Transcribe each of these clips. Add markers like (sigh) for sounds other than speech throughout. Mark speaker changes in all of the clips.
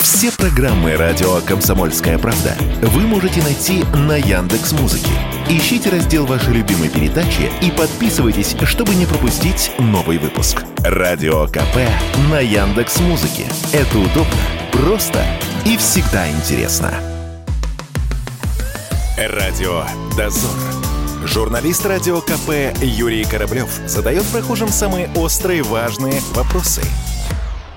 Speaker 1: Все программы радио Комсомольская правда вы можете найти на Яндекс Музыке. Ищите раздел вашей любимой передачи и подписывайтесь, чтобы не пропустить новый выпуск. Радио КП на Яндекс Музыке. Это удобно, просто и всегда интересно. Радио Дозор. Журналист радио КП Юрий Кораблев задает прохожим самые острые важные вопросы.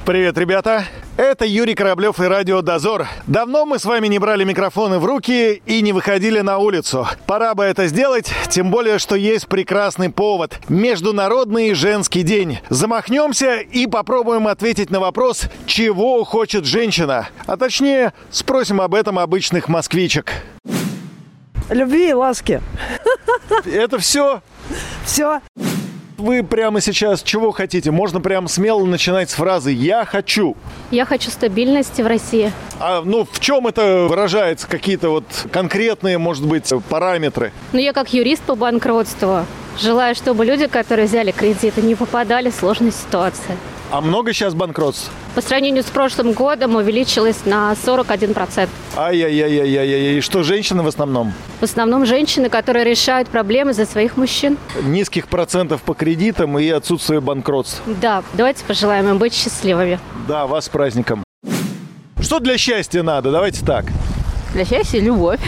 Speaker 2: Привет, ребята! Это Юрий Кораблев и Радио Дозор. Давно мы с вами не брали микрофоны в руки и не выходили на улицу. Пора бы это сделать, тем более, что есть прекрасный повод. Международный женский день. Замахнемся и попробуем ответить на вопрос, чего хочет женщина. А точнее, спросим об этом обычных москвичек.
Speaker 3: Любви и ласки.
Speaker 2: Это все?
Speaker 3: Все.
Speaker 2: Вы прямо сейчас чего хотите? Можно прям смело начинать с фразы «я хочу».
Speaker 4: Я хочу стабильности в России.
Speaker 2: А ну в чем это выражается? Какие-то вот конкретные, может быть, параметры?
Speaker 4: Но я как юрист по банкротству желаю, чтобы люди, которые взяли кредиты, не попадали в сложные ситуации.
Speaker 2: А много сейчас банкротств?
Speaker 4: По сравнению с прошлым годом увеличилось на 41%.
Speaker 2: Ай-яй-яй-яй-яй. И что, женщины в основном?
Speaker 4: В основном женщины, которые решают проблемы за своих мужчин.
Speaker 2: Низких процентов по кредитам и отсутствие банкротств.
Speaker 4: Да, давайте пожелаем им быть счастливыми.
Speaker 2: Да, вас с праздником. Что для счастья надо? Давайте так.
Speaker 5: Для счастья любовь.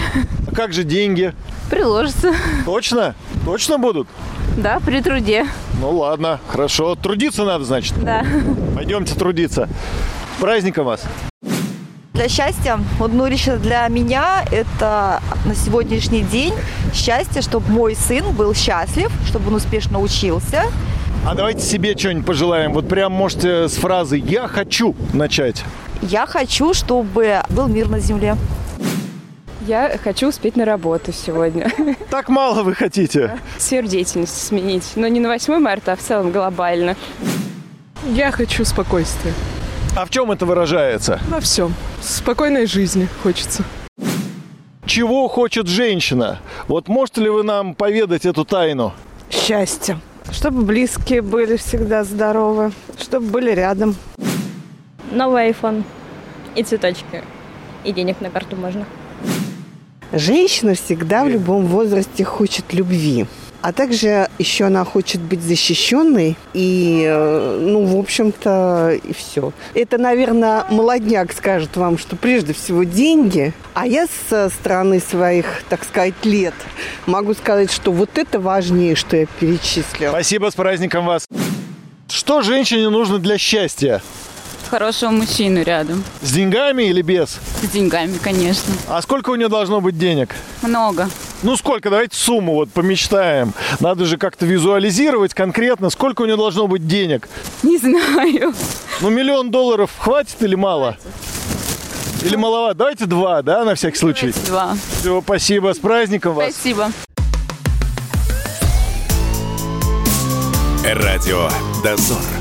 Speaker 2: А как же деньги?
Speaker 5: Приложится. (laughs)
Speaker 2: Точно? Точно будут?
Speaker 5: Да, при труде.
Speaker 2: Ну ладно, хорошо. Трудиться надо, значит?
Speaker 5: Да.
Speaker 2: Пойдемте трудиться. С Праздником вас!
Speaker 6: Для счастья, вот, ну, лично для меня это на сегодняшний день счастье, чтобы мой сын был счастлив, чтобы он успешно учился.
Speaker 2: А давайте себе что-нибудь пожелаем. Вот прям можете с фразы «я хочу» начать.
Speaker 6: Я хочу, чтобы был мир на земле.
Speaker 7: Я хочу успеть на работу сегодня. (laughs)
Speaker 2: Так мало вы хотите.
Speaker 7: Сферу деятельности сменить. Но не на 8 марта, а в целом глобально.
Speaker 8: Я хочу спокойствия.
Speaker 2: А в чем это выражается?
Speaker 8: Во всем. Спокойной жизни хочется.
Speaker 2: Чего хочет женщина? Вот можете ли вы нам поведать эту тайну?
Speaker 9: Счастье. Чтобы близкие были всегда здоровы. Чтобы были рядом.
Speaker 10: Новый iPhone. И цветочки. И денег на карту можно.
Speaker 11: Женщина всегда в любом возрасте хочет любви. А также еще она хочет быть защищенной. И, ну, в общем-то, и все. Это, наверное, молодняк скажет вам, что прежде всего деньги. А я со стороны своих, так сказать, лет могу сказать, что вот это важнее, что я перечислила.
Speaker 2: Спасибо, с праздником вас! Что женщине нужно для счастья?
Speaker 5: Хорошего мужчину рядом.
Speaker 2: С деньгами или без?
Speaker 5: С деньгами, конечно.
Speaker 2: А сколько у нее должно быть денег?
Speaker 5: Много.
Speaker 2: Ну сколько? Давайте сумму вот помечтаем. Надо же как-то визуализировать конкретно, сколько у нее должно быть денег.
Speaker 5: Не знаю.
Speaker 2: Ну миллион долларов хватит или мало? Или маловато? Давайте два, да, на всякий случай.
Speaker 5: Два.
Speaker 2: Все, спасибо. С праздником вас.
Speaker 5: Спасибо.
Speaker 1: Радио Дозор.